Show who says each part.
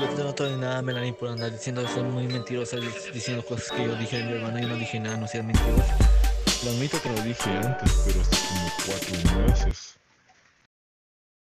Speaker 1: Yo no noto ni nada, Melanie, por andar diciendo cosas muy mentirosas, diciendo cosas que yo dije de mi hermano y no dije nada, no seas mentiroso.
Speaker 2: Lo admito que lo dije antes, pero sí, como